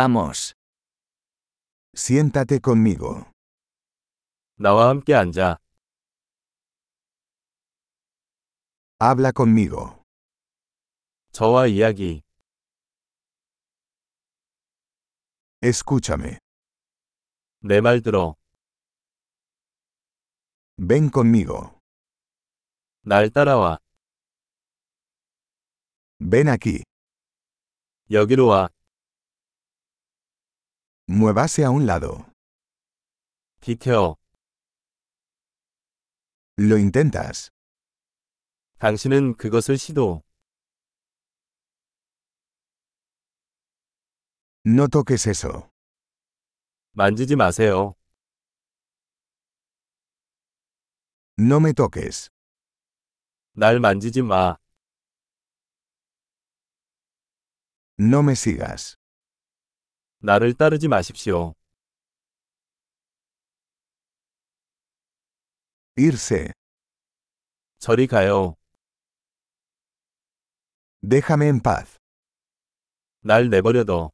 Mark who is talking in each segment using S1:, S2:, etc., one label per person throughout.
S1: Vamos.
S2: Siéntate conmigo.
S3: 나와 함께 앉아.
S2: Habla conmigo.
S3: 저와 이야기.
S2: Escúchame.
S3: 내 말 들어.
S2: Ven conmigo.
S3: 날 따라와.
S2: Ven aquí.
S3: 여기로 와.
S2: Muévase a un lado.
S3: 디테어.
S2: Lo intentas.
S3: 당신은 그것을 시도.
S2: No toques eso.
S3: 만지지 마세요.
S2: No me toques.
S3: 날 만지지 마.
S2: No me sigas.
S3: 나를 따르지 마십시오.
S2: Irse.
S3: 저리 가요.
S2: Déjame en paz.
S3: 날 내버려둬.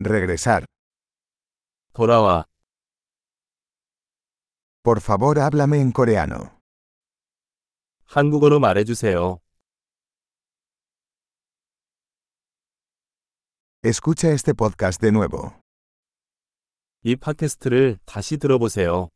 S2: Regresar.
S3: 돌아와.
S2: Por favor, háblame en coreano.
S3: 한국어로 말해주세요.
S2: Escucha este podcast de nuevo.
S3: 이 팟캐스트를 다시 들어보세요.